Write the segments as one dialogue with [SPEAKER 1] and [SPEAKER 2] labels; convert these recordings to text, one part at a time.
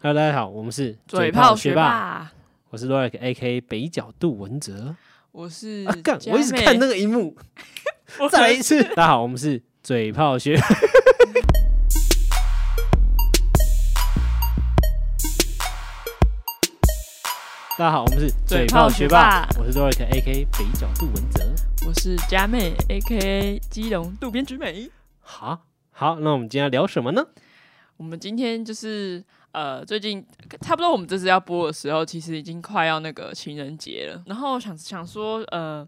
[SPEAKER 1] Hello，大家好，我们是
[SPEAKER 2] 嘴
[SPEAKER 1] 炮
[SPEAKER 2] 炮
[SPEAKER 1] 学
[SPEAKER 2] 学
[SPEAKER 1] 霸，
[SPEAKER 2] 霸，
[SPEAKER 1] 我是 Loric A K 北角杜文哲。
[SPEAKER 2] 我是
[SPEAKER 1] 啊，干！
[SPEAKER 2] 佳
[SPEAKER 1] 我一直
[SPEAKER 2] 妹
[SPEAKER 1] 看那个荧 幕，
[SPEAKER 2] 我
[SPEAKER 1] 再来一次。大家好，我们是嘴炮学。 大家好，我们是
[SPEAKER 2] 嘴
[SPEAKER 1] 炮
[SPEAKER 2] 炮
[SPEAKER 1] 学
[SPEAKER 2] 学
[SPEAKER 1] 霸
[SPEAKER 2] 霸，
[SPEAKER 1] 我是 Loric A K 北角杜文哲。
[SPEAKER 2] 我是佳妹，A K A 基隆渡边直美。
[SPEAKER 1] 好，好，那我们今天要聊什么呢？
[SPEAKER 2] 我们今天就是呃，最近差不多我们这次要播的时候，其实已经快要那个情人节了。然后想想说呃，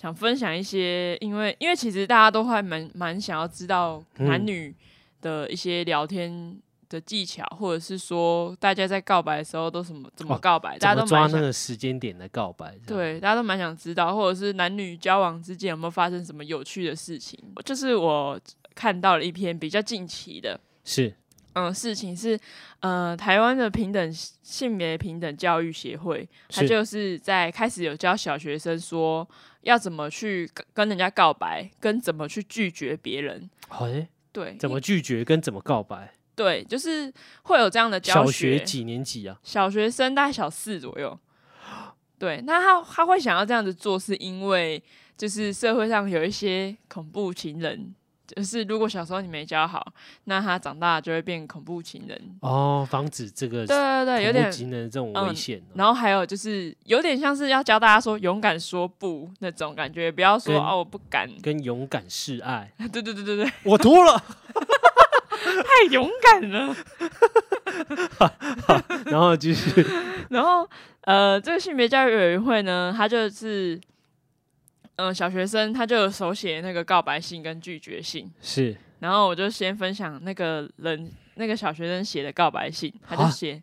[SPEAKER 2] 想分享一些，因为因为其实大家都会蛮蛮想要知道
[SPEAKER 1] 嗯
[SPEAKER 2] 男女的一些聊天。的技巧，或者是说大家在告白的时候都什么怎么
[SPEAKER 1] 哦
[SPEAKER 2] 告白，
[SPEAKER 1] 怎
[SPEAKER 2] 大家
[SPEAKER 1] 么
[SPEAKER 2] 都
[SPEAKER 1] 抓
[SPEAKER 2] 蛮
[SPEAKER 1] 那
[SPEAKER 2] 想
[SPEAKER 1] 个时间点的告白？这样，
[SPEAKER 2] 对，大家都蛮想知道，或者是男女交往之间有没有发生什么有趣的事情？就是我看到了一篇比较近期的，
[SPEAKER 1] 是
[SPEAKER 2] 嗯，事情是，呃，台湾的平等性别平等教育协会，它
[SPEAKER 1] 是
[SPEAKER 2] 就是在开始有教小学生说要怎么去跟跟人家告白，跟怎么去拒绝别人。
[SPEAKER 1] 好诶，
[SPEAKER 2] 对，
[SPEAKER 1] 哎怎
[SPEAKER 2] 因
[SPEAKER 1] 么拒绝跟怎么告白？
[SPEAKER 2] 对，就是会有这样的教
[SPEAKER 1] 小
[SPEAKER 2] 学
[SPEAKER 1] 学几年级啊？
[SPEAKER 2] 小学生大概小四左右。对，那他他会想要这样子做，是因为就是社会上有一些恐怖情人，就是如果小时候你没教好，那他长大就会变恐怖情人。
[SPEAKER 1] 哦，防止这个
[SPEAKER 2] 对对对，有
[SPEAKER 1] 恐怖
[SPEAKER 2] 点。
[SPEAKER 1] 情人这种
[SPEAKER 2] 嗯
[SPEAKER 1] 危险哦、
[SPEAKER 2] 然后还有就是有点像是要教大家说勇敢说不那种感觉，不要说
[SPEAKER 1] 跟
[SPEAKER 2] 哦我不敢。
[SPEAKER 1] 跟勇敢示爱，
[SPEAKER 2] 对对对 对对，
[SPEAKER 1] 我脱了，
[SPEAKER 2] 太勇敢了。
[SPEAKER 1] 然后就是
[SPEAKER 2] 然后呃，这个性别教育委员会呢，他就是嗯、呃小学生他就有手写那个告白信跟拒绝信，
[SPEAKER 1] 是
[SPEAKER 2] 然后我就先分享那个人那个小学生写的告白信，他就
[SPEAKER 1] 啊
[SPEAKER 2] 写。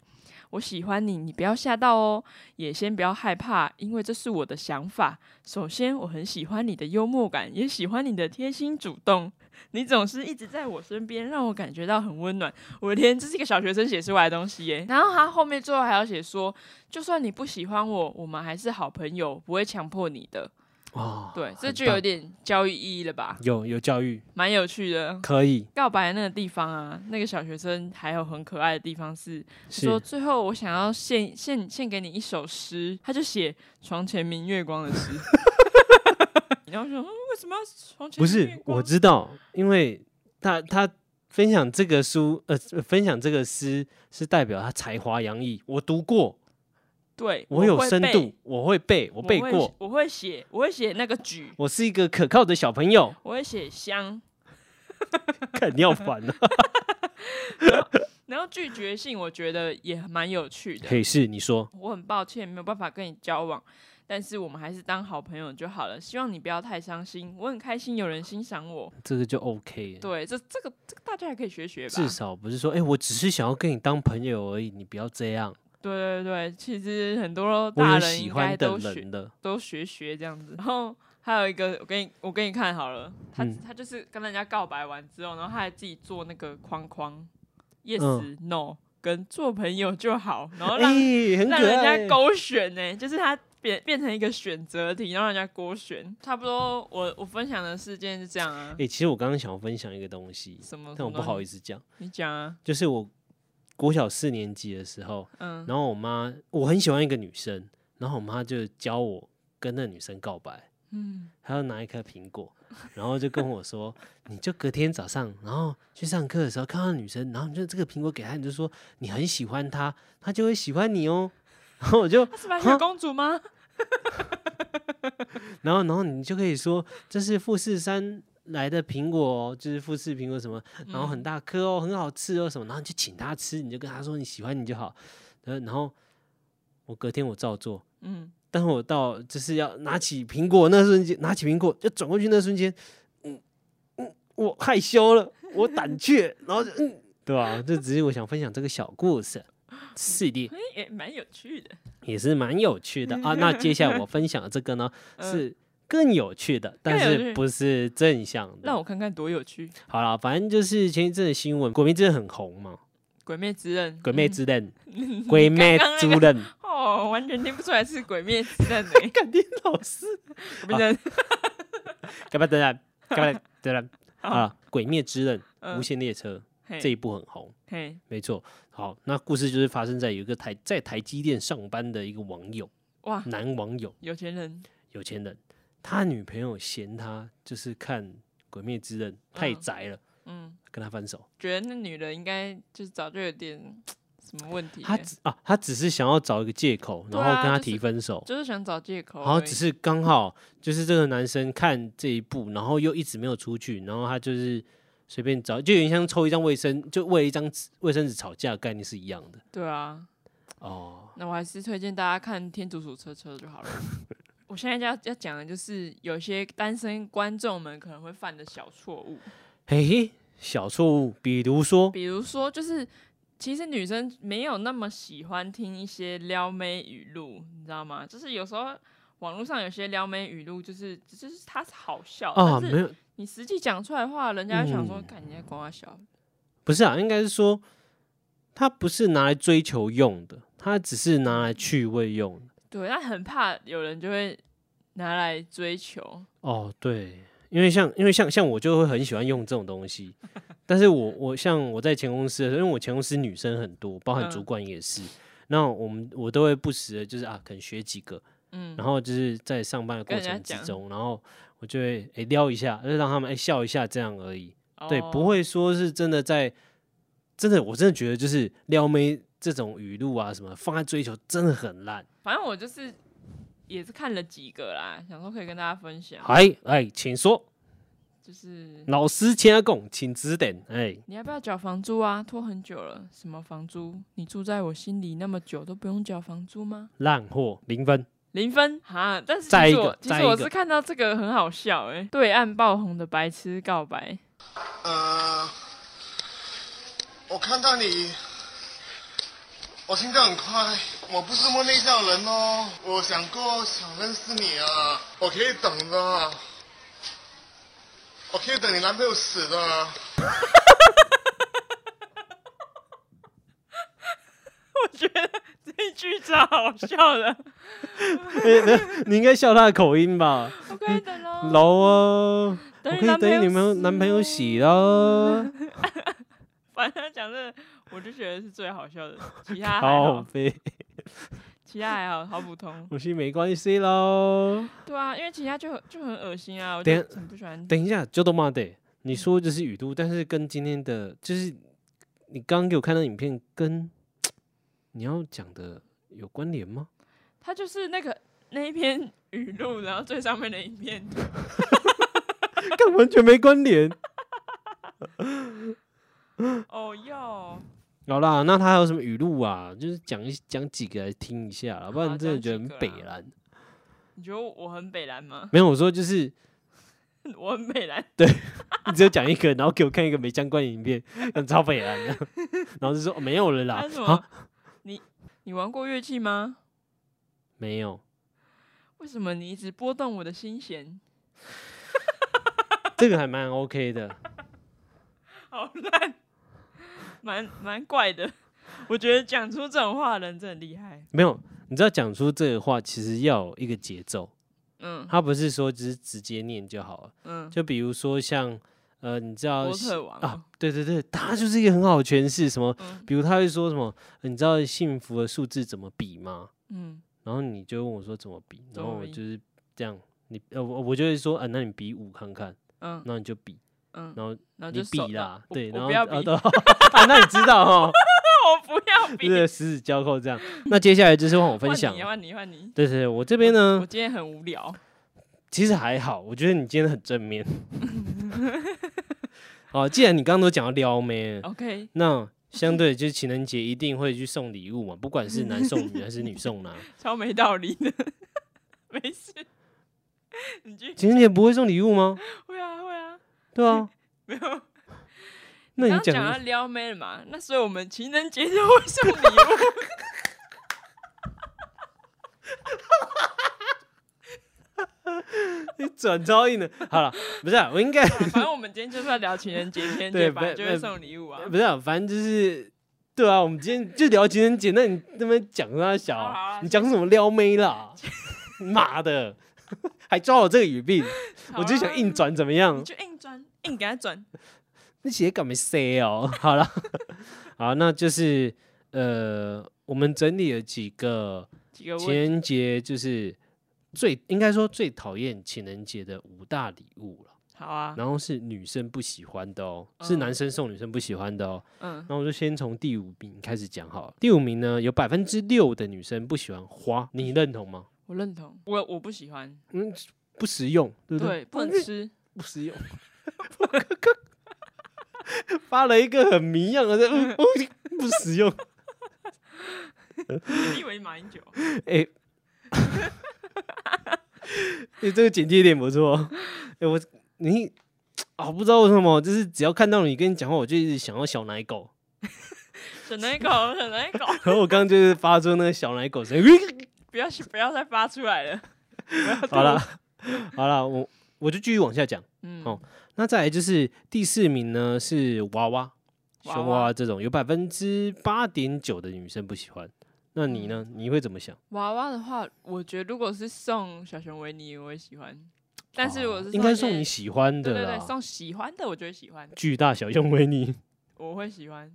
[SPEAKER 2] 我喜欢你，你不要吓到哦，也先不要害怕，因为这是我的想法。首先，我很喜欢你的幽默感，也喜欢你的贴心主动。你总是一直在我身边，让我感觉到很温暖。我的天，这是一个小学生写出来的东西耶。然后他后面最后还要写说，就算你不喜欢我，我们还是好朋友，不会强迫你的。
[SPEAKER 1] 哦，
[SPEAKER 2] 对，这
[SPEAKER 1] 很
[SPEAKER 2] 就
[SPEAKER 1] 棒
[SPEAKER 2] 有点教育意义了吧，
[SPEAKER 1] 有有教育
[SPEAKER 2] 蛮有趣的。
[SPEAKER 1] 可以
[SPEAKER 2] 告白那个地方啊，那个小学生还有很可爱的地方是，
[SPEAKER 1] 是
[SPEAKER 2] 说最后我想要献献献给你一首诗，他就写床前明月光的诗。 然后我说、嗯、为什么要床
[SPEAKER 1] 不
[SPEAKER 2] 前明月
[SPEAKER 1] 是
[SPEAKER 2] 光？
[SPEAKER 1] 我知道，因为他他分享这个书呃分享这个诗是代表他才华洋溢，我读过，
[SPEAKER 2] 对
[SPEAKER 1] 我有
[SPEAKER 2] 会
[SPEAKER 1] 深
[SPEAKER 2] 背
[SPEAKER 1] 度，我会背，我
[SPEAKER 2] 我
[SPEAKER 1] 背
[SPEAKER 2] 会
[SPEAKER 1] 过，
[SPEAKER 2] 我会写，我会写那个举，
[SPEAKER 1] 我是一个可靠的小朋友，
[SPEAKER 2] 我会写香。
[SPEAKER 1] 看你要烦啊了、
[SPEAKER 2] 然后拒绝信我觉得也蛮有趣的。
[SPEAKER 1] 可以是你说
[SPEAKER 2] 我很抱歉没有办法跟你交往，但是我们还是当好朋友就好了。希望你不要太伤心，我很开心有人欣赏我。
[SPEAKER 1] 这个就 OK 了。
[SPEAKER 2] 对，这这个这个大家也可以学学吧。
[SPEAKER 1] 至少不是说，哎、我只是想要跟你当朋友而已，你不要这样。
[SPEAKER 2] 对对对，其实很多
[SPEAKER 1] 我
[SPEAKER 2] 大
[SPEAKER 1] 有
[SPEAKER 2] 人
[SPEAKER 1] 喜
[SPEAKER 2] 应
[SPEAKER 1] 欢
[SPEAKER 2] 该
[SPEAKER 1] 的
[SPEAKER 2] 都学
[SPEAKER 1] 人了，
[SPEAKER 2] 都学学这样子。然后还有一个，我给你我给你看好了，他、
[SPEAKER 1] 嗯
[SPEAKER 2] 他就是跟人家告白完之后，然后他还自己做那个框框，yes、
[SPEAKER 1] 嗯
[SPEAKER 2] no 跟做朋友就好，然后
[SPEAKER 1] 哎、
[SPEAKER 2] 哦让、
[SPEAKER 1] 很
[SPEAKER 2] 让
[SPEAKER 1] 可
[SPEAKER 2] 人
[SPEAKER 1] 爱欸
[SPEAKER 2] 家。勾选呢、就是他变变成一个选择题，让人家勾选。差不多我，我分享的事件是这样啊。
[SPEAKER 1] 哎、其实我刚刚想要分享一个东西，
[SPEAKER 2] 什么？
[SPEAKER 1] 但我不好意
[SPEAKER 2] 思，
[SPEAKER 1] 思讲，
[SPEAKER 2] 你讲啊。
[SPEAKER 1] 就是我国小四年级的时候，
[SPEAKER 2] 嗯
[SPEAKER 1] 然后我妈，我很喜欢一个女生，然后我妈就教我跟那女生告白，
[SPEAKER 2] 嗯，
[SPEAKER 1] 她要拿一颗苹果，然后就跟我说，你就隔天早上，然后去上课的时候看到女生，然后你就这个苹果给她，你就说你很喜欢她，她就会喜欢你哦。 然后我就，
[SPEAKER 2] 她是白雪公主吗？
[SPEAKER 1] 然后，然后你就可以说这是富士山来的苹果哦，就是富士苹果什么，然后
[SPEAKER 2] 嗯
[SPEAKER 1] 很大颗哦，很好吃哦什么，然后你就请他吃，你就跟他说你喜欢你就好。呃，然后我隔天我照做，
[SPEAKER 2] 嗯，
[SPEAKER 1] 但是我到就是要拿起苹果那瞬间，拿起苹果就转过去那瞬间，嗯嗯，我害羞了，我胆怯，然后就嗯，对吧、这只是我想分享这个小故事，系列
[SPEAKER 2] 哎 也蛮有趣的。
[SPEAKER 1] 也是蛮有趣的啊。那接下来我分享的这个呢，
[SPEAKER 2] 嗯
[SPEAKER 1] 是更有趣的，但
[SPEAKER 2] 有
[SPEAKER 1] 是
[SPEAKER 2] 趣
[SPEAKER 1] 不是正向
[SPEAKER 2] 让
[SPEAKER 1] 的。
[SPEAKER 2] 我看看多有趣，《
[SPEAKER 1] 好了，反正就是前一阵的新闻，《鬼灭之刃》很红嘛，
[SPEAKER 2] 鬼灭之刃》。
[SPEAKER 1] 《鬼灭之刃》
[SPEAKER 2] 嗯
[SPEAKER 1] 鬼灭之刃》
[SPEAKER 2] 哦，完全听不出来是《鬼灭之刃》 欸呢。
[SPEAKER 1] 肯定老师，
[SPEAKER 2] 鬼灭 之刃，
[SPEAKER 1] 干嘛等等，干嘛等等
[SPEAKER 2] 好
[SPEAKER 1] 啊，《鬼灭之刃》
[SPEAKER 2] 嗯哎
[SPEAKER 1] 无限列车，
[SPEAKER 2] 嘿
[SPEAKER 1] 这一部很红，
[SPEAKER 2] 嘿，
[SPEAKER 1] 没错。好，那故事就是发生在有一个台在台积电上班的一个网友，
[SPEAKER 2] 哇，
[SPEAKER 1] 男网友，
[SPEAKER 2] 有钱人，
[SPEAKER 1] 有钱人，他女朋友嫌他就是看《鬼灭之刃》太
[SPEAKER 2] 嗯
[SPEAKER 1] 宅了，
[SPEAKER 2] 嗯，
[SPEAKER 1] 跟他分手。
[SPEAKER 2] 觉得那女的应该就是早就有点什么问题欸了，
[SPEAKER 1] 他只啊，他只是想要找一个借口，
[SPEAKER 2] 对
[SPEAKER 1] 然
[SPEAKER 2] 啊
[SPEAKER 1] 后跟他
[SPEAKER 2] 就是
[SPEAKER 1] 提分手。
[SPEAKER 2] 就是想找借口而已，
[SPEAKER 1] 然后只是刚好就是这个男生看这一部，然后又一直没有出去，然后他就是随便找，就有点像抽一张卫生，就为了一张纸卫生纸吵架的概念是一样的
[SPEAKER 2] 对啊，
[SPEAKER 1] 哦。
[SPEAKER 2] 那我还是推荐大家看《天竺鼠车车》就好了。我现在要要讲的就是有些单身观众们可能会犯的小错误，
[SPEAKER 1] 嘿嘿，小错误，比如说
[SPEAKER 2] 比如说就是。其实女生没有那么喜欢听一些撩妹语录，你知道吗？就是有时候网络上有些撩妹语录，就是就是它是好笑，
[SPEAKER 1] 啊，
[SPEAKER 2] 但是
[SPEAKER 1] 没有，
[SPEAKER 2] 你实际讲出来的话，人家会想说，
[SPEAKER 1] 嗯
[SPEAKER 2] 看、你在光啊小，
[SPEAKER 1] 不是啊，应该是说他不是拿来追求用的，他只是拿来趣味用的。
[SPEAKER 2] 对，那很怕有人就会拿来追求，
[SPEAKER 1] 哦，对，因为像因为像像我就会很喜欢用这种东 西，但是我我像我在前公司的时候，因为我前公司女生很多，包含主
[SPEAKER 2] 嗯
[SPEAKER 1] 管也是，那我们我都会不时的，就是啊，可能学几个，
[SPEAKER 2] 嗯，
[SPEAKER 1] 然后就是在上班的
[SPEAKER 2] 跟
[SPEAKER 1] 过
[SPEAKER 2] 人家
[SPEAKER 1] 程之
[SPEAKER 2] 讲
[SPEAKER 1] 中，然后我就会诶撩一下，就让他们诶笑一下这样而已，对，
[SPEAKER 2] 哦
[SPEAKER 1] 不会说是真的在真的，我真的觉得就是撩妹这种语录啊什么放在追求真的很烂，
[SPEAKER 2] 反正我就是也是看了几个啦，想说可以跟大家分享，
[SPEAKER 1] 哎哎，请说，
[SPEAKER 2] 就是
[SPEAKER 1] 老师请阿贡，请指点，哎。
[SPEAKER 2] 你要不要缴房租啊？拖很久了，什么房租？你住在我心里那么久都不用缴房租吗？
[SPEAKER 1] 烂货零分。
[SPEAKER 2] 零分哈，但是
[SPEAKER 1] 再
[SPEAKER 2] 其
[SPEAKER 1] 一
[SPEAKER 2] 实
[SPEAKER 1] 个
[SPEAKER 2] 我其
[SPEAKER 1] 再
[SPEAKER 2] 实
[SPEAKER 1] 一
[SPEAKER 2] 我
[SPEAKER 1] 个
[SPEAKER 2] 是看到这个很好笑哎、对岸爆红的白痴告白，
[SPEAKER 3] 呃，我看到你，我心跳很快。我不是什么内向人哦，我想过想认识你啊，我可以等的，我可以等你男朋友死的。
[SPEAKER 2] 我觉得 这一句超好笑 的，
[SPEAKER 1] 你应该笑他的口音吧？
[SPEAKER 2] 我可以等喽，
[SPEAKER 1] 老 啊，我
[SPEAKER 2] 等
[SPEAKER 1] 可以
[SPEAKER 2] 你哦男朋
[SPEAKER 1] 等
[SPEAKER 2] 友
[SPEAKER 1] 你们男朋友洗 啦。
[SPEAKER 2] 反正他讲这个，我就觉得是最好笑的，其他还
[SPEAKER 1] 好
[SPEAKER 2] 好，
[SPEAKER 1] 呗，
[SPEAKER 2] 其他还好，好普通。
[SPEAKER 1] 我是没关系喽。
[SPEAKER 2] 对啊，因为其他就很就很恶心啊，我
[SPEAKER 1] 等
[SPEAKER 2] 就
[SPEAKER 1] 一
[SPEAKER 2] 很不喜欢。
[SPEAKER 1] 等一下，就都妈的，你说这是语录，但是跟今天的，就是你刚刚给我看到影片，跟你要讲的有关联 吗？
[SPEAKER 2] 他就是那个那一篇语录，然后最上面的影片，
[SPEAKER 1] 看完全没关联。
[SPEAKER 2] 哦哟，
[SPEAKER 1] 好啦，那他还有什么语录啊？就是讲一讲几个来听一下啦，不
[SPEAKER 2] 好
[SPEAKER 1] 然真的
[SPEAKER 2] 讲
[SPEAKER 1] 觉得
[SPEAKER 2] 几
[SPEAKER 1] 很
[SPEAKER 2] 个
[SPEAKER 1] 北
[SPEAKER 2] 啊
[SPEAKER 1] 蓝。
[SPEAKER 2] 你觉得我很北蓝吗？
[SPEAKER 1] 没有，我说就是
[SPEAKER 2] 我很北蓝，
[SPEAKER 1] 你只有讲一个，然后给我看一个没相关的影片，很超北蓝的，然后就说、哦没有了啦
[SPEAKER 2] 还有什，么
[SPEAKER 1] 啊，？
[SPEAKER 2] 你你玩过乐器吗？
[SPEAKER 1] 没有，
[SPEAKER 2] 为什么你一直拨动我的心弦？
[SPEAKER 1] 这个还蛮 OK 的，
[SPEAKER 2] 好烂，蛮蛮怪的。我觉得讲出这种话的人真的很厉害。
[SPEAKER 1] 没有，你知道讲出这个话其实要有一个节奏，
[SPEAKER 2] 嗯
[SPEAKER 1] 他不是说只是直接念就好了，
[SPEAKER 2] 嗯，
[SPEAKER 1] 就比如说像呃，你知道
[SPEAKER 2] 波特王哦
[SPEAKER 1] 啊，对对对，他就是一个很好的诠释，什么，
[SPEAKER 2] 嗯
[SPEAKER 1] 比如他会说什么，呃你知道幸福的数字怎么比吗？
[SPEAKER 2] 嗯，
[SPEAKER 1] 然后你就问我说怎么比，
[SPEAKER 2] 怎
[SPEAKER 1] 然
[SPEAKER 2] 么
[SPEAKER 1] 后我
[SPEAKER 2] 比
[SPEAKER 1] 就是这样，你呃我我就会说啊，那你比五看看，
[SPEAKER 2] 嗯
[SPEAKER 1] 然后你就比。
[SPEAKER 2] 嗯，
[SPEAKER 1] 然后
[SPEAKER 2] 然后
[SPEAKER 1] 你
[SPEAKER 2] 就手
[SPEAKER 1] 比啦，
[SPEAKER 2] 我
[SPEAKER 1] 对，
[SPEAKER 2] 我
[SPEAKER 1] 然后
[SPEAKER 2] 不要
[SPEAKER 1] 啊
[SPEAKER 2] 比，
[SPEAKER 1] 对 啊，那你知道哦，
[SPEAKER 2] 我不 要比
[SPEAKER 1] 就，是十指交扣这 样。那接下来就是换我分
[SPEAKER 2] 换
[SPEAKER 1] 享
[SPEAKER 2] 你
[SPEAKER 1] 了，
[SPEAKER 2] 换你换你。
[SPEAKER 1] 对对对，我这边呢
[SPEAKER 2] 我，今天很无聊，
[SPEAKER 1] 其实还好，我觉得你今天很正面。 好，既然你刚刚都讲到撩妹，
[SPEAKER 2] OK，
[SPEAKER 1] 那相对就是情人节一定会去送礼物嘛，不管是男送女还是女送 啦。
[SPEAKER 2] 超没道理的， 没事。 你去
[SPEAKER 1] 情人节不会送礼物吗？
[SPEAKER 2] 会啊会啊，
[SPEAKER 1] 对啊，
[SPEAKER 2] 没有。
[SPEAKER 1] 那你
[SPEAKER 2] 刚
[SPEAKER 1] 讲
[SPEAKER 2] 讲啊到撩妹了嘛，那所以我们情人节就会送礼物。啊
[SPEAKER 1] 你转超硬的，好了，不是啊、我应该
[SPEAKER 2] 反正我们今天就是要聊情人节，情人节
[SPEAKER 1] 对
[SPEAKER 2] 本来
[SPEAKER 1] 不
[SPEAKER 2] 就会
[SPEAKER 1] 不
[SPEAKER 2] 送礼物啊。
[SPEAKER 1] 不是啊、反正就是，对啊，我们今天就聊情人节，那你那边讲他小、
[SPEAKER 2] 好啊好啊
[SPEAKER 1] 啊，你讲什么撩妹 啦？妈的， 还抓我这个语病，
[SPEAKER 2] 好啊
[SPEAKER 1] 我就想硬转怎么样
[SPEAKER 2] 你？就硬转，硬给他转。
[SPEAKER 1] 那写稿没塞哦。 好了，好，那就是呃，我们整理了几个
[SPEAKER 2] 几个
[SPEAKER 1] 情
[SPEAKER 2] 问
[SPEAKER 1] 人节，就是最应该说最讨厌情人节的五大礼物了。
[SPEAKER 2] 好啊，
[SPEAKER 1] 然后是女生不喜欢的哦，是
[SPEAKER 2] 嗯
[SPEAKER 1] 男生送女生不喜欢的哦。
[SPEAKER 2] 嗯，
[SPEAKER 1] 那我就先从第五名开始讲好了。第五名呢，有百分之六的女生不喜欢花，你认同吗？
[SPEAKER 2] 我认同，我我不喜欢，
[SPEAKER 1] 嗯，不实用，对不对？
[SPEAKER 2] 对，不能吃，
[SPEAKER 1] 不实用。 发了一个很迷样的，嗯，哦不实 用。
[SPEAKER 2] 你以为马英九？
[SPEAKER 1] 哎、 欸，这个剪接点不错。哎、我你啊、不知道为什么，就是只要看到你跟你讲话，我就一直想要小奶狗。
[SPEAKER 2] 省了一口，省了一口，
[SPEAKER 1] 然后我刚刚就是发出那个小奶狗 声。
[SPEAKER 2] 不要不要再发出来了。
[SPEAKER 1] 好了，好了，我我就继续往下讲。
[SPEAKER 2] 嗯，
[SPEAKER 1] 好那再来就是第四名呢，是娃娃，
[SPEAKER 2] 娃
[SPEAKER 1] 熊娃娃这种，有百分之八点九的女生不喜欢。那你呢？你会怎么想？
[SPEAKER 2] 娃娃的话，我觉得如果是送小熊维尼，我也喜欢。但是我
[SPEAKER 1] 哦
[SPEAKER 2] 是
[SPEAKER 1] 应该
[SPEAKER 2] 一
[SPEAKER 1] 送
[SPEAKER 2] 些
[SPEAKER 1] 你喜欢
[SPEAKER 2] 对
[SPEAKER 1] 的
[SPEAKER 2] 对
[SPEAKER 1] 啦。
[SPEAKER 2] 对，送喜欢的，我就会喜欢，
[SPEAKER 1] 巨大小熊维尼，
[SPEAKER 2] 我会喜欢。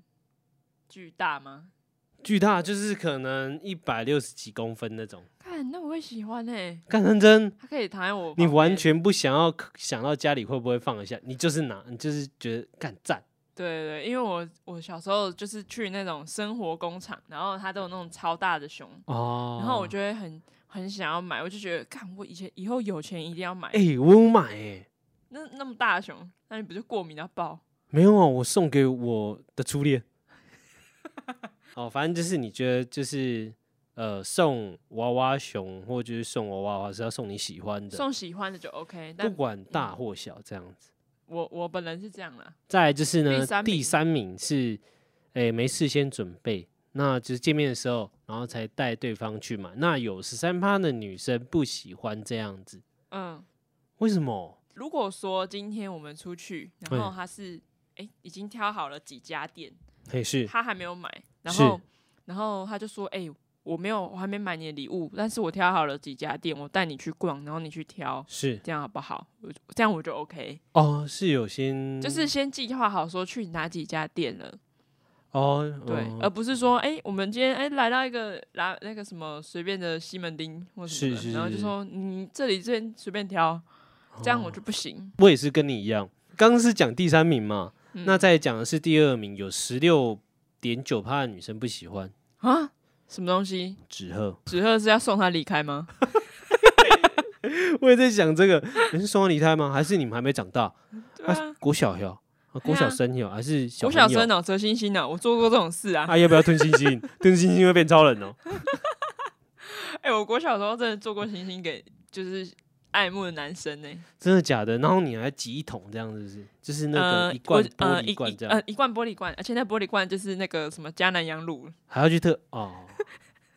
[SPEAKER 2] 巨大吗？
[SPEAKER 1] 巨大就是可能一百六十几公分那种。
[SPEAKER 2] 看，那我会喜欢欸诶、
[SPEAKER 1] 干认真，
[SPEAKER 2] 它可以躺在我。
[SPEAKER 1] 你完。全不想要想到家里会不会放得下，你就是拿，你就是觉得干赞。
[SPEAKER 2] 对对对，因为我我小时候就是去那种生活工厂，然后它都有那种超大的熊，
[SPEAKER 1] 哦
[SPEAKER 2] 然后我就会很很想要买，我就觉得，看我以前以后有钱一定要买。
[SPEAKER 1] 哎、我有买哎、
[SPEAKER 2] 那那么大的熊，那你不就过敏到爆？
[SPEAKER 1] 没有啊，我送给我的初恋。 哦，反正就是你觉得就是呃，送娃娃熊或就是送娃娃娃是要送你喜欢的，
[SPEAKER 2] 送嗯喜欢的就 OK，
[SPEAKER 1] 不
[SPEAKER 2] 但
[SPEAKER 1] 管大或小这样子。
[SPEAKER 2] 我我本人是这样啦。
[SPEAKER 1] 再来就是呢，
[SPEAKER 2] 第三名
[SPEAKER 1] 第三名是哎、没事先准备，那就是见面的时候，然后才带对方去买。那有十三趴的女生不喜欢这样子，
[SPEAKER 2] 嗯，
[SPEAKER 1] 为什么？
[SPEAKER 2] 如果说今天我们出去，然后
[SPEAKER 1] 对
[SPEAKER 2] 他是哎、已经挑好了几家店，
[SPEAKER 1] 嘿，是
[SPEAKER 2] 他还没有买，然
[SPEAKER 1] 是
[SPEAKER 2] 后然后他就说哎、我没有，我还没买你的礼物，但是我挑好了几家店，我带你去逛，然后你去挑，
[SPEAKER 1] 是
[SPEAKER 2] 这样好不好？我就这样我就 OK，、
[SPEAKER 1] 哦，是有先
[SPEAKER 2] 就是先计划好说去哪几家店了，
[SPEAKER 1] 哦，
[SPEAKER 2] 对，
[SPEAKER 1] 嗯
[SPEAKER 2] 而不是说，哎、我们今天哎、来到一个来那个什么随便的西门町或什么的，
[SPEAKER 1] 是是哦
[SPEAKER 2] 然后就是说你这里这边随便挑，这样我就不行。
[SPEAKER 1] 我也是跟你一样，刚刚是讲第三名嘛，
[SPEAKER 2] 嗯
[SPEAKER 1] 那再讲的是第二名，有十六点九趴的女生不喜欢
[SPEAKER 2] 啊，什么东西？
[SPEAKER 1] 纸 鹤。
[SPEAKER 2] 纸鹤是要送他离开吗？
[SPEAKER 1] 啊我也在想这个，你是双离胎吗？还是你们还没长大？
[SPEAKER 2] 对啊，
[SPEAKER 1] 国小哟、啊，国小生哟，还是小
[SPEAKER 2] 我小
[SPEAKER 1] 朋友
[SPEAKER 2] 生哦，折星星哦，我做过这种事 啊。
[SPEAKER 1] 啊？要不要吞星星？吞星星会变超人哦。
[SPEAKER 2] 哎、我国小时候真的做过星星给就是爱慕的男生呢、
[SPEAKER 1] 真的假的？然后你还挤一桶这样，是不是？就是那
[SPEAKER 2] 呃，
[SPEAKER 1] 个一罐
[SPEAKER 2] 我
[SPEAKER 1] 玻
[SPEAKER 2] 呃
[SPEAKER 1] 璃罐这
[SPEAKER 2] 一
[SPEAKER 1] 样，
[SPEAKER 2] 呃一罐玻璃罐，而且那玻璃罐就是那个什么迦南羊乳，
[SPEAKER 1] 还要去特哦。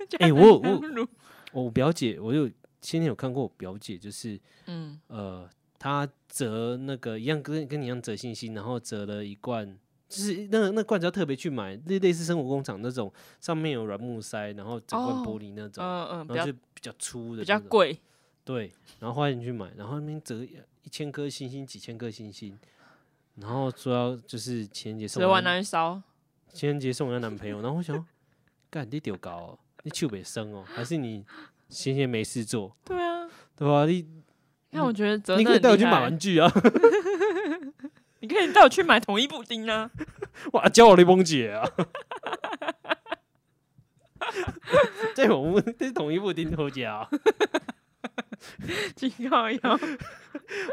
[SPEAKER 2] 迦
[SPEAKER 1] 哎
[SPEAKER 2] 南
[SPEAKER 1] 我
[SPEAKER 2] 羊
[SPEAKER 1] 我
[SPEAKER 2] 乳
[SPEAKER 1] 我表姐，我有先前有看过我表姐，就是
[SPEAKER 2] 嗯
[SPEAKER 1] 呃，他折那个一样跟跟你一样折星星，然后折了一罐，就是那个那罐子要特别去买，类类似生活工厂那种，上面有软木塞，然后整罐
[SPEAKER 2] 哦
[SPEAKER 1] 玻璃那种，
[SPEAKER 2] 嗯嗯，比
[SPEAKER 1] 然后
[SPEAKER 2] 较
[SPEAKER 1] 就比较粗的，
[SPEAKER 2] 比较，贵，
[SPEAKER 1] 对，然后花钱去买，然后那边折一千颗星星，几千颗星星。然后说要就是情人节送
[SPEAKER 2] 折完
[SPEAKER 1] 她
[SPEAKER 2] 拿 去烧。
[SPEAKER 1] 情人节送给她男朋友，然后我想说，干你丢高哦，你去北生哦，还是你闲闲没事做，
[SPEAKER 2] 对啊，
[SPEAKER 1] 对吧？你
[SPEAKER 2] 那我觉得折
[SPEAKER 1] 嗯你
[SPEAKER 2] 得
[SPEAKER 1] 可以
[SPEAKER 2] 很
[SPEAKER 1] 带我
[SPEAKER 2] 厉
[SPEAKER 1] 去买
[SPEAKER 2] 害
[SPEAKER 1] 玩具啊，
[SPEAKER 2] 你可以带我去买统一布丁啊。
[SPEAKER 1] 哇，教我雷蒙姐 啊！这我们这是同一部钉头姐啊
[SPEAKER 2] 警告要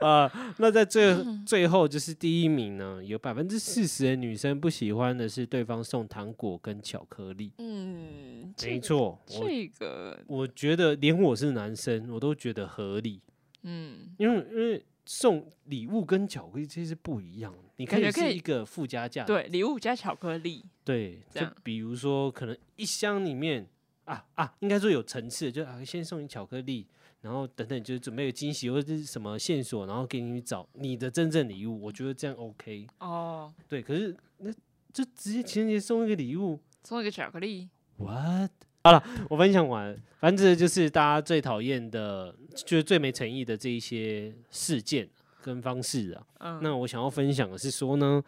[SPEAKER 1] 啊、那在最
[SPEAKER 2] 嗯
[SPEAKER 1] 最后就是第一名呢，有百分之四十的女生不喜欢的是对方送糖果跟巧克力。
[SPEAKER 2] 嗯，这
[SPEAKER 1] 没错，我
[SPEAKER 2] 这个
[SPEAKER 1] 我觉得连我是男生，我都觉得合理，
[SPEAKER 2] 嗯，
[SPEAKER 1] 因为因为送礼物跟巧克力这是不一样的，你
[SPEAKER 2] 感
[SPEAKER 1] 看
[SPEAKER 2] 觉
[SPEAKER 1] 也
[SPEAKER 2] 可
[SPEAKER 1] 是
[SPEAKER 2] 以
[SPEAKER 1] 一个附加价值。
[SPEAKER 2] 对，礼物加巧克力，
[SPEAKER 1] 对，
[SPEAKER 2] 这
[SPEAKER 1] 就
[SPEAKER 2] 样
[SPEAKER 1] 比如说，可能一箱里面啊啊，应该说有层次，就啊先送你巧克力，然后等等就是准备个惊喜或者是什么线索，然后给你去找你的真正礼物，我觉得这样 OK。
[SPEAKER 2] 哦，
[SPEAKER 1] 对，可是那就直接情人节送一个礼物
[SPEAKER 2] 送一个巧克力，
[SPEAKER 1] ，what？好了，我分享完，反正这就是大家最讨厌的，就是最没诚意的这一些事件跟方式啊。
[SPEAKER 2] 嗯，
[SPEAKER 1] 那我想要分享的是说呢，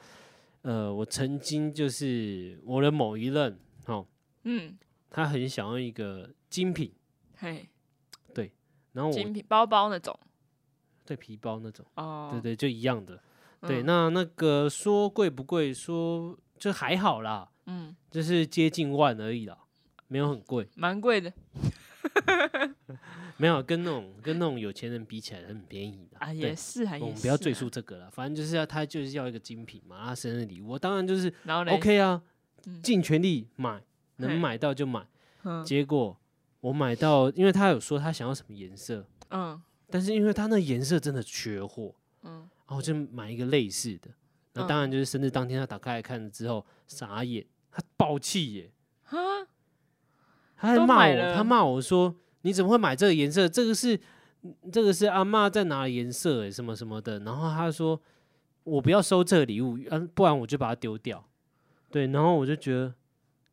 [SPEAKER 1] 呃，我曾经就是我的某一任哦，
[SPEAKER 2] 嗯，
[SPEAKER 1] 他很想要一个精品，
[SPEAKER 2] 嘿，
[SPEAKER 1] 然后我
[SPEAKER 2] 精品包包那种
[SPEAKER 1] 对皮包那种，
[SPEAKER 2] 哦，
[SPEAKER 1] 对对，就一样的。对，
[SPEAKER 2] 嗯
[SPEAKER 1] 那那个说贵不贵，说就还好啦，
[SPEAKER 2] 嗯，
[SPEAKER 1] 就是接近万而已啦，没有很贵，
[SPEAKER 2] 蛮贵的
[SPEAKER 1] 没有跟那种跟那种有钱人比起来很便宜的
[SPEAKER 2] 啊，
[SPEAKER 1] 对
[SPEAKER 2] 也是啊，
[SPEAKER 1] 我
[SPEAKER 2] 也
[SPEAKER 1] 们不要
[SPEAKER 2] 是
[SPEAKER 1] 赘
[SPEAKER 2] 啊
[SPEAKER 1] 述。这个了，反正就是要他就是要一个精品嘛，他生日礼物，我当然就是
[SPEAKER 2] 然后嘞
[SPEAKER 1] OK 啊
[SPEAKER 2] 嗯，
[SPEAKER 1] 尽全力买，能
[SPEAKER 2] 嘿
[SPEAKER 1] 买到就买。
[SPEAKER 2] 嗯
[SPEAKER 1] 结果我买到，因为他有说他想要什么颜色，
[SPEAKER 2] 嗯
[SPEAKER 1] 但是因为他那颜色真的缺货，
[SPEAKER 2] 嗯，
[SPEAKER 1] 然后我就买一个类似的。那当然就是生日当天他打开来看了之后傻眼，他爆气耶，
[SPEAKER 2] 哈，
[SPEAKER 1] 他还
[SPEAKER 2] 都
[SPEAKER 1] 骂
[SPEAKER 2] 买
[SPEAKER 1] 我，他
[SPEAKER 2] 了
[SPEAKER 1] 骂我说你怎么会买这个颜色？这个是这个是阿嬷在拿的颜色耶，什么什么的。然后他说我不要收这个礼物，嗯，不然我就把它丢掉。对，然后我就觉得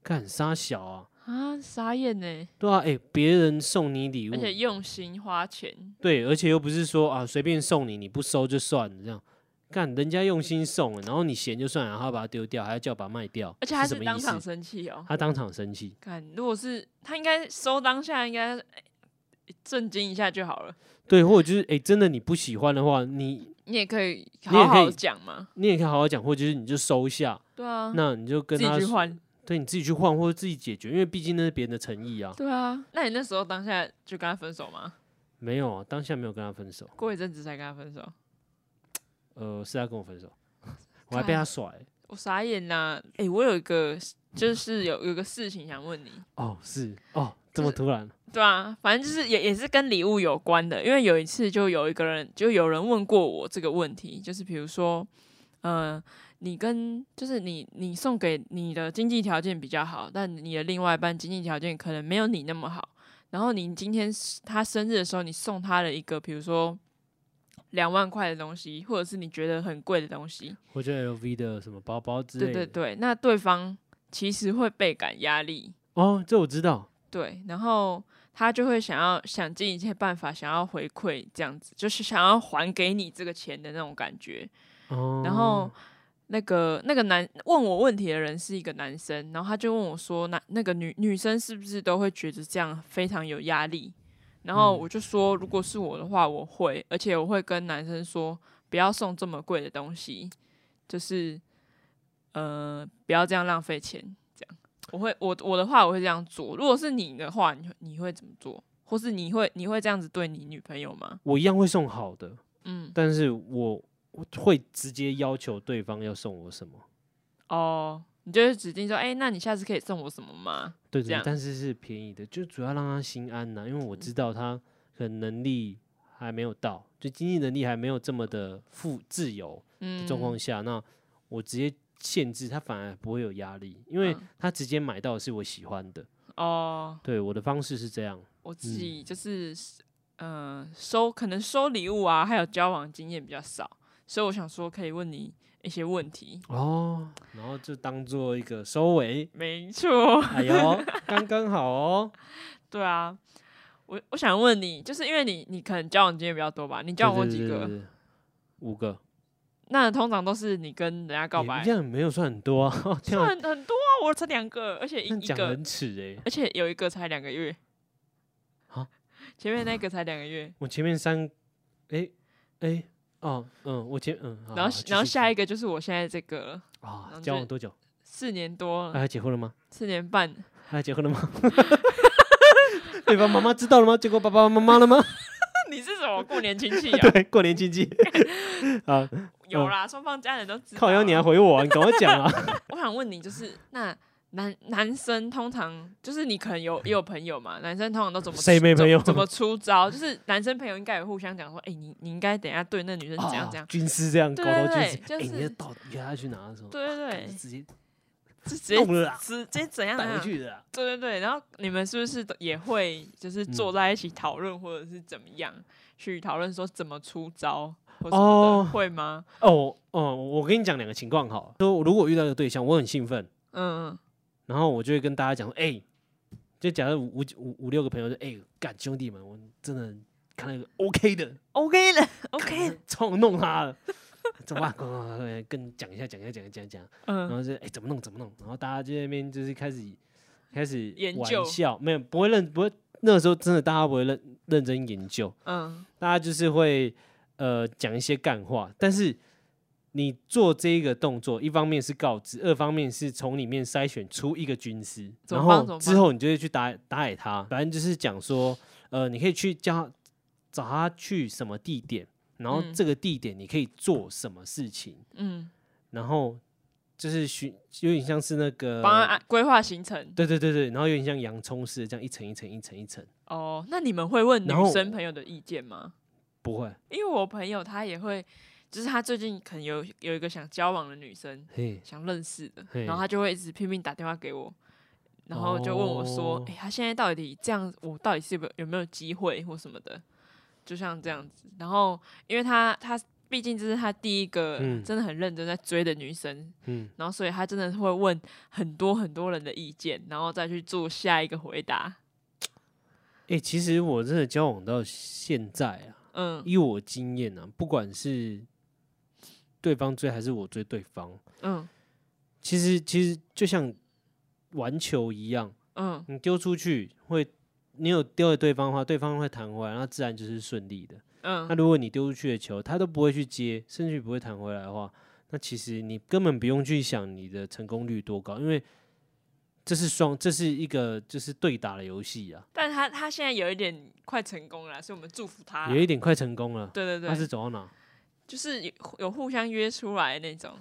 [SPEAKER 1] 干傻小啊，
[SPEAKER 2] 啊，傻眼呢，
[SPEAKER 1] 对啊，哎、别人送你礼物
[SPEAKER 2] 而，且用心花钱，
[SPEAKER 1] 对，而且又不是说啊随便送你，你不收就算了这样。干，人家用心送了，然后你嫌就算了，然后把它丢掉，还要叫我把它卖掉，
[SPEAKER 2] 而且他
[SPEAKER 1] 是什
[SPEAKER 2] 是
[SPEAKER 1] 么
[SPEAKER 2] 当
[SPEAKER 1] 意
[SPEAKER 2] 场
[SPEAKER 1] 思？
[SPEAKER 2] 生气哦。
[SPEAKER 1] 他当场生气，
[SPEAKER 2] 看，如果是他应该收当下应该哎震惊一下就好了，
[SPEAKER 1] 对，或者就是哎、真的你不喜欢的话，你
[SPEAKER 2] 你也可以
[SPEAKER 1] 你也可
[SPEAKER 2] 好好
[SPEAKER 1] 以
[SPEAKER 2] 讲嘛。
[SPEAKER 1] 你也可以好好讲，或者就是你就收下，
[SPEAKER 2] 对啊，
[SPEAKER 1] 那你就
[SPEAKER 2] 自
[SPEAKER 1] 跟
[SPEAKER 2] 己
[SPEAKER 1] 他
[SPEAKER 2] 去
[SPEAKER 1] 说
[SPEAKER 2] 换。
[SPEAKER 1] 对，你自己去换或者自己解决，因为毕竟那是别人的诚意啊。
[SPEAKER 2] 对啊，那你那时候当下就跟他分手吗？
[SPEAKER 1] 没有啊，当下没有跟他分手，
[SPEAKER 2] 过一阵子才跟他分手，
[SPEAKER 1] 呃，是他跟我分手，我还被
[SPEAKER 2] 干
[SPEAKER 1] 他甩、
[SPEAKER 2] 我傻眼呐、
[SPEAKER 1] 哎
[SPEAKER 2] 诶，我有一个就是有有个事情想问你，
[SPEAKER 1] 哦，是哦，这么
[SPEAKER 2] 就是
[SPEAKER 1] 突然，
[SPEAKER 2] 对啊，反正就是也也是跟礼物有关的，因为有一次就有一个人就有人问过我这个问题，就是比如说，呃，你跟就是你你送给你的经济条件比较好，但你的另外一半经济条件可能没有你那么好，然后你今天他生日的时候，你送他了一个比如说两万块的东西，或者是你觉得很贵的东西，
[SPEAKER 1] 或者 LV 的什么包包之类
[SPEAKER 2] 对
[SPEAKER 1] 的。
[SPEAKER 2] 对对，那对方其实会倍感压力，
[SPEAKER 1] 哦，这我知道。
[SPEAKER 2] 对，然后他就会想要想尽一切办法，想要回馈这样子，就是想要还给你这个钱的那种感觉。
[SPEAKER 1] 哦，
[SPEAKER 2] 然后那个那个男问我问题的人是一个男生，然后他就问我说，那那个女女生是不是都会觉得这样非常有压力？然后
[SPEAKER 1] 嗯
[SPEAKER 2] 我就说，如果是我的话，我会，而且我会跟男生说，不要送这么贵的东西，就是呃，不要这样浪费钱。这样，我会我我的话我会这样做。如果是你的话，你会你会怎么做？或是你会你会这样子对你女朋友吗？
[SPEAKER 1] 我一样会送好的，
[SPEAKER 2] 嗯，
[SPEAKER 1] 但是我我会直接要求对方要送我什么。
[SPEAKER 2] 哦，你就会指定说，哎、那你下次可以送我什么吗？
[SPEAKER 1] 对
[SPEAKER 2] 这
[SPEAKER 1] 对
[SPEAKER 2] 样，
[SPEAKER 1] 但是是便宜的，就主要让他心安呐、因为我知道他可能能力还没有到，就经济能力还没有这么的富自由的
[SPEAKER 2] 嗯，
[SPEAKER 1] 状况下，那我直接限制他，反而不会有压力，因为
[SPEAKER 2] 嗯
[SPEAKER 1] 他直接买到的是我喜欢的。
[SPEAKER 2] 哦，
[SPEAKER 1] 对我的方式是这样，
[SPEAKER 2] 我自己就是，呃，收可能收礼物啊，还有交往经验比较少，所以我想说可以问你一些问题。
[SPEAKER 1] 哦，然后就当做一个收尾。
[SPEAKER 2] 没错，
[SPEAKER 1] 哎呦，刚刚好哦。
[SPEAKER 2] 对啊，我我想问你，就是因为你你可能交往经验比较多吧？你交往过
[SPEAKER 1] 对
[SPEAKER 2] 几
[SPEAKER 1] 对对
[SPEAKER 2] 个？
[SPEAKER 1] 对对五个，
[SPEAKER 2] 那通常都是你跟人家告
[SPEAKER 1] 也
[SPEAKER 2] 白
[SPEAKER 1] 这，样没有算很多啊， 这样
[SPEAKER 2] 算很多啊，我才两个，而且一
[SPEAKER 1] 这样
[SPEAKER 2] 一
[SPEAKER 1] 讲
[SPEAKER 2] 个，
[SPEAKER 1] 很耻哎。
[SPEAKER 2] 而且有一个才两个月。
[SPEAKER 1] 啊，
[SPEAKER 2] 前面那个才两个月，
[SPEAKER 1] 我前面三，哎哎哦嗯，我前嗯，
[SPEAKER 2] 然后然后下一嗯
[SPEAKER 1] 个
[SPEAKER 2] 个就是我现在这个了，然
[SPEAKER 1] 啊，
[SPEAKER 2] 后
[SPEAKER 1] 交
[SPEAKER 2] 就
[SPEAKER 1] 往多久？
[SPEAKER 2] 四年多
[SPEAKER 1] 哎
[SPEAKER 2] 了，
[SPEAKER 1] 他结婚了吗？
[SPEAKER 2] 四年半，
[SPEAKER 1] 他结婚了 吗？对方妈妈知道了吗？结果爸爸妈妈 了吗？
[SPEAKER 2] 你是什么过年亲戚啊？
[SPEAKER 1] 对，过年亲戚啊，
[SPEAKER 2] 有啦，双方家人都知道啊。
[SPEAKER 1] 靠腰你还回我啊？你赶快讲啊！
[SPEAKER 2] 我想问你，就是那男男生通常就是你可能有也有朋友嘛，男生通常都怎么
[SPEAKER 1] 谁没朋友
[SPEAKER 2] 怎怎么出招？就是男生朋友应该有互相讲说，哎、你你应该等一下对那女生怎样怎样。
[SPEAKER 1] 啊军师这样，狗
[SPEAKER 2] 嗯对
[SPEAKER 1] 头军
[SPEAKER 2] 对对
[SPEAKER 1] 师，
[SPEAKER 2] 就
[SPEAKER 1] 哎，你
[SPEAKER 2] 是
[SPEAKER 1] 的刀压下去拿的时候，
[SPEAKER 2] 对对
[SPEAKER 1] 干就
[SPEAKER 2] 对，
[SPEAKER 1] 直接
[SPEAKER 2] 就直接
[SPEAKER 1] 弄了啦，
[SPEAKER 2] 直接怎样、
[SPEAKER 1] 带
[SPEAKER 2] 啊
[SPEAKER 1] 回？去的啊。
[SPEAKER 2] 对对对，然后你们是不是都也会就是坐在一起讨论，或者是怎么样、去讨论说怎么出招或什么的？
[SPEAKER 1] 哦
[SPEAKER 2] 会吗？
[SPEAKER 1] 哦哦，我跟你讲两个情况好了，说如果我遇到一个对象，我很兴奋，
[SPEAKER 2] 嗯，
[SPEAKER 1] 然后我就会跟大家讲说，哎、就假如五五五五六个朋友说，哎、干兄弟们，我真的看了一个 OK 的
[SPEAKER 2] OK 了，OK
[SPEAKER 1] 冲弄他了， 这哇，呱呱呱呱啊哎跟讲一下，讲一下，讲一下讲一下讲，然
[SPEAKER 2] 嗯，
[SPEAKER 1] 后是哎、怎么弄怎么弄，然后大家就在那边就是开始开始
[SPEAKER 2] 研究
[SPEAKER 1] 玩笑，没有不会认不会那时候真的大家不会认认真研究，
[SPEAKER 2] 嗯，
[SPEAKER 1] 大家就是会呃讲一些干话，但是你做这一个动作，一方面是告知，二方面是从里面筛选出一个军师，
[SPEAKER 2] 怎
[SPEAKER 1] 然
[SPEAKER 2] 么帮怎
[SPEAKER 1] 后
[SPEAKER 2] 么
[SPEAKER 1] 之后你就会去打打野他，反正就是讲说，呃，你可以去叫他找他去什么地点，然后
[SPEAKER 2] 嗯
[SPEAKER 1] 这个地点你可以做什么事情，
[SPEAKER 2] 嗯，
[SPEAKER 1] 然后就是寻有点像是那个
[SPEAKER 2] 帮他安规划行程。
[SPEAKER 1] 呃对对对对，然后有点像洋葱似的，这样一层一层一层一层，
[SPEAKER 2] 哦，那你们会问
[SPEAKER 1] 然后
[SPEAKER 2] 女生朋友的意见吗？
[SPEAKER 1] 不会，
[SPEAKER 2] 因为我朋友她也会，就是她最近可能有有一个想交往的女生，
[SPEAKER 1] 嘿，
[SPEAKER 2] 想认识的，
[SPEAKER 1] 嘿
[SPEAKER 2] 然后她就会一直拼命打电话给我，然后就问我说：“
[SPEAKER 1] 哦
[SPEAKER 2] 诶，她现在到底这样，我到底是有没有有没有机会或什么的？”就像这样子，然后因为她她毕竟这是她第一个
[SPEAKER 1] 嗯
[SPEAKER 2] 真的很认真在追的女生，
[SPEAKER 1] 嗯。
[SPEAKER 2] 然后所以她真的会问很多很多人的意见，然后再去做下一个回答。
[SPEAKER 1] 哎、其实我真的交往到现在啊，
[SPEAKER 2] 嗯
[SPEAKER 1] 以我经验啊，不管是对方追还是我追对方，
[SPEAKER 2] 嗯
[SPEAKER 1] 其实其实就像玩球一样，
[SPEAKER 2] 嗯
[SPEAKER 1] 你丢出去会，你有丢给对方的话，对方会弹回来，那自然就是顺利的。那
[SPEAKER 2] 嗯，
[SPEAKER 1] 如果你丢出去的球他都不会去接，甚至不会弹回来的话，那其实你根本不用去想你的成功率多高，因为这是双，这是一个就是对打的游戏啊，
[SPEAKER 2] 但她她现在有一点快成功了，所以我们祝福她啦。
[SPEAKER 1] 有一点快成功了。
[SPEAKER 2] 对啊对对，
[SPEAKER 1] 他是走到哪？
[SPEAKER 2] 就是有有互相约出来那种，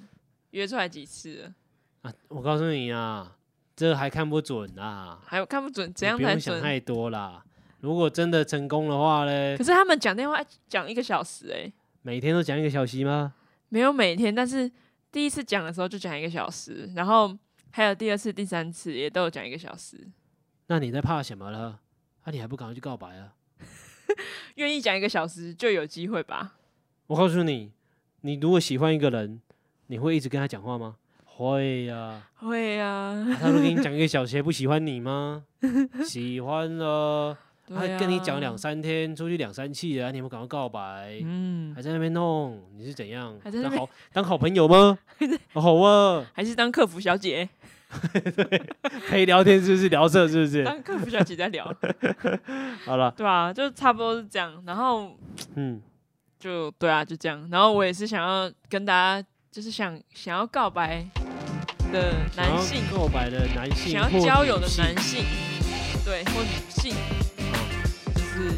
[SPEAKER 2] 约出来几次了，
[SPEAKER 1] 啊，我告诉你啊，这个还看不准啊啦，
[SPEAKER 2] 还有看不准
[SPEAKER 1] 你
[SPEAKER 2] 怎样
[SPEAKER 1] 不
[SPEAKER 2] 才
[SPEAKER 1] 用想
[SPEAKER 2] 准。
[SPEAKER 1] 太多啦。如果真的成功的话嘞
[SPEAKER 2] 可，是他们讲电话讲一个小时、欸，
[SPEAKER 1] 每天都讲一个小时吗？
[SPEAKER 2] 没有每天，但是第一次讲的时候就讲一个小时，然后还有第二次、第三次也都有讲一个小时，
[SPEAKER 1] 那你在怕什么了？那、你还不赶快去告白啊？
[SPEAKER 2] 愿意讲一个小时就有机会吧？
[SPEAKER 1] 我告诉你，你如果喜欢一个人，你会一直跟他讲话吗？会呀、啊。
[SPEAKER 2] 会啊，
[SPEAKER 1] 他都跟你讲一个小时，还不喜欢你吗？喜欢了，
[SPEAKER 2] 对
[SPEAKER 1] 他
[SPEAKER 2] 啊
[SPEAKER 1] 跟你讲两，三天，出去两三次了，你还不赶快告白？
[SPEAKER 2] 嗯，
[SPEAKER 1] 还在那边弄，你是怎样？
[SPEAKER 2] 还在那
[SPEAKER 1] 当
[SPEAKER 2] 边
[SPEAKER 1] 好当好朋友 吗？好啊。
[SPEAKER 2] 还是当客服小姐，
[SPEAKER 1] 可以聊天是不是？聊色是不是？
[SPEAKER 2] 当客服小姐在聊，
[SPEAKER 1] 好了，
[SPEAKER 2] 对啊，就差不多是这样，然后
[SPEAKER 1] 嗯，
[SPEAKER 2] 就对啊，就这样。然后我也是想要跟大家，就是想想要告白的男性，
[SPEAKER 1] 告白的男性，哦
[SPEAKER 2] 想要交友的男，性，对，或女性，就是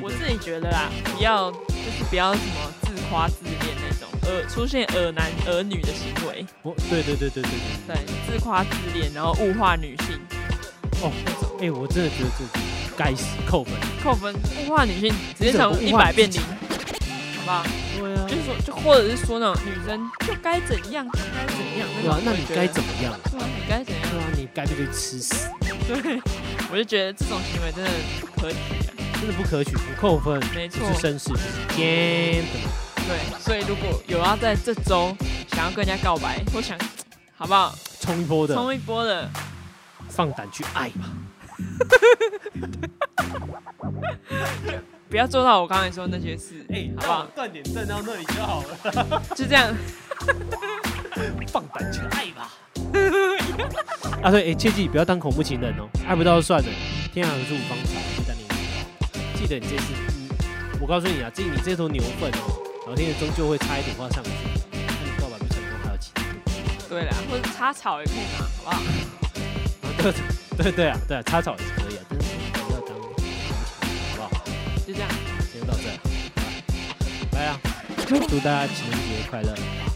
[SPEAKER 2] 我自己觉得啦，不要就是不要什么自夸自恋那种，呃，出现恶男恶女的行为，
[SPEAKER 1] 我对对对对对对
[SPEAKER 2] 对，自夸自恋，然后物化女性，
[SPEAKER 1] 哦，哎、我真的觉得这该死，扣分。
[SPEAKER 2] 扣分，物化女性直接从
[SPEAKER 1] 你怎么
[SPEAKER 2] 一
[SPEAKER 1] 物化
[SPEAKER 2] 百
[SPEAKER 1] 女
[SPEAKER 2] 变
[SPEAKER 1] 性
[SPEAKER 2] 零，好不好？
[SPEAKER 1] 对啊
[SPEAKER 2] 就是说，就或者是说那种女生就该怎样，就该怎样
[SPEAKER 1] 对
[SPEAKER 2] 那
[SPEAKER 1] 啊
[SPEAKER 2] 种，，
[SPEAKER 1] 那
[SPEAKER 2] 我
[SPEAKER 1] 你
[SPEAKER 2] 觉得
[SPEAKER 1] 该怎么样？
[SPEAKER 2] 对啊，你该怎样？
[SPEAKER 1] 对啊，你该不该吃屎？
[SPEAKER 2] 对，我就觉得这种行为真的不可取啊。
[SPEAKER 1] 真的不可取，不扣分，
[SPEAKER 2] 没错
[SPEAKER 1] 不，是绅士，不是奸什么？
[SPEAKER 2] 对，所以如果有要在这周想要跟人家告白，或想好不好
[SPEAKER 1] 冲一波的，
[SPEAKER 2] 冲一波的，
[SPEAKER 1] 放胆去爱吧。
[SPEAKER 2] 不要做到我刚才说的那些事，
[SPEAKER 1] 哎、
[SPEAKER 2] 好不好？
[SPEAKER 1] 断点站到那里就好了，
[SPEAKER 2] 就这样，
[SPEAKER 1] 放胆去爱吧。 啊对，哎、切记不要当恐怖情人哦，爱不到就算了，天涯何处无芳草，一旦你遇到。记得你这次，嗯，我告诉你啊，这你这头牛粪哦，老天爷终究会插一朵花上去，那你告白不成功还有其他路。
[SPEAKER 2] 对啦，或者插草也可以嘛，好不好？
[SPEAKER 1] 啊对 对对对啊，对啊，插草也是可以啊，但是不要当恐怖情人，好不好？
[SPEAKER 2] 就这样。
[SPEAKER 1] 今天到这，拜拜啊！祝大家情人节快乐！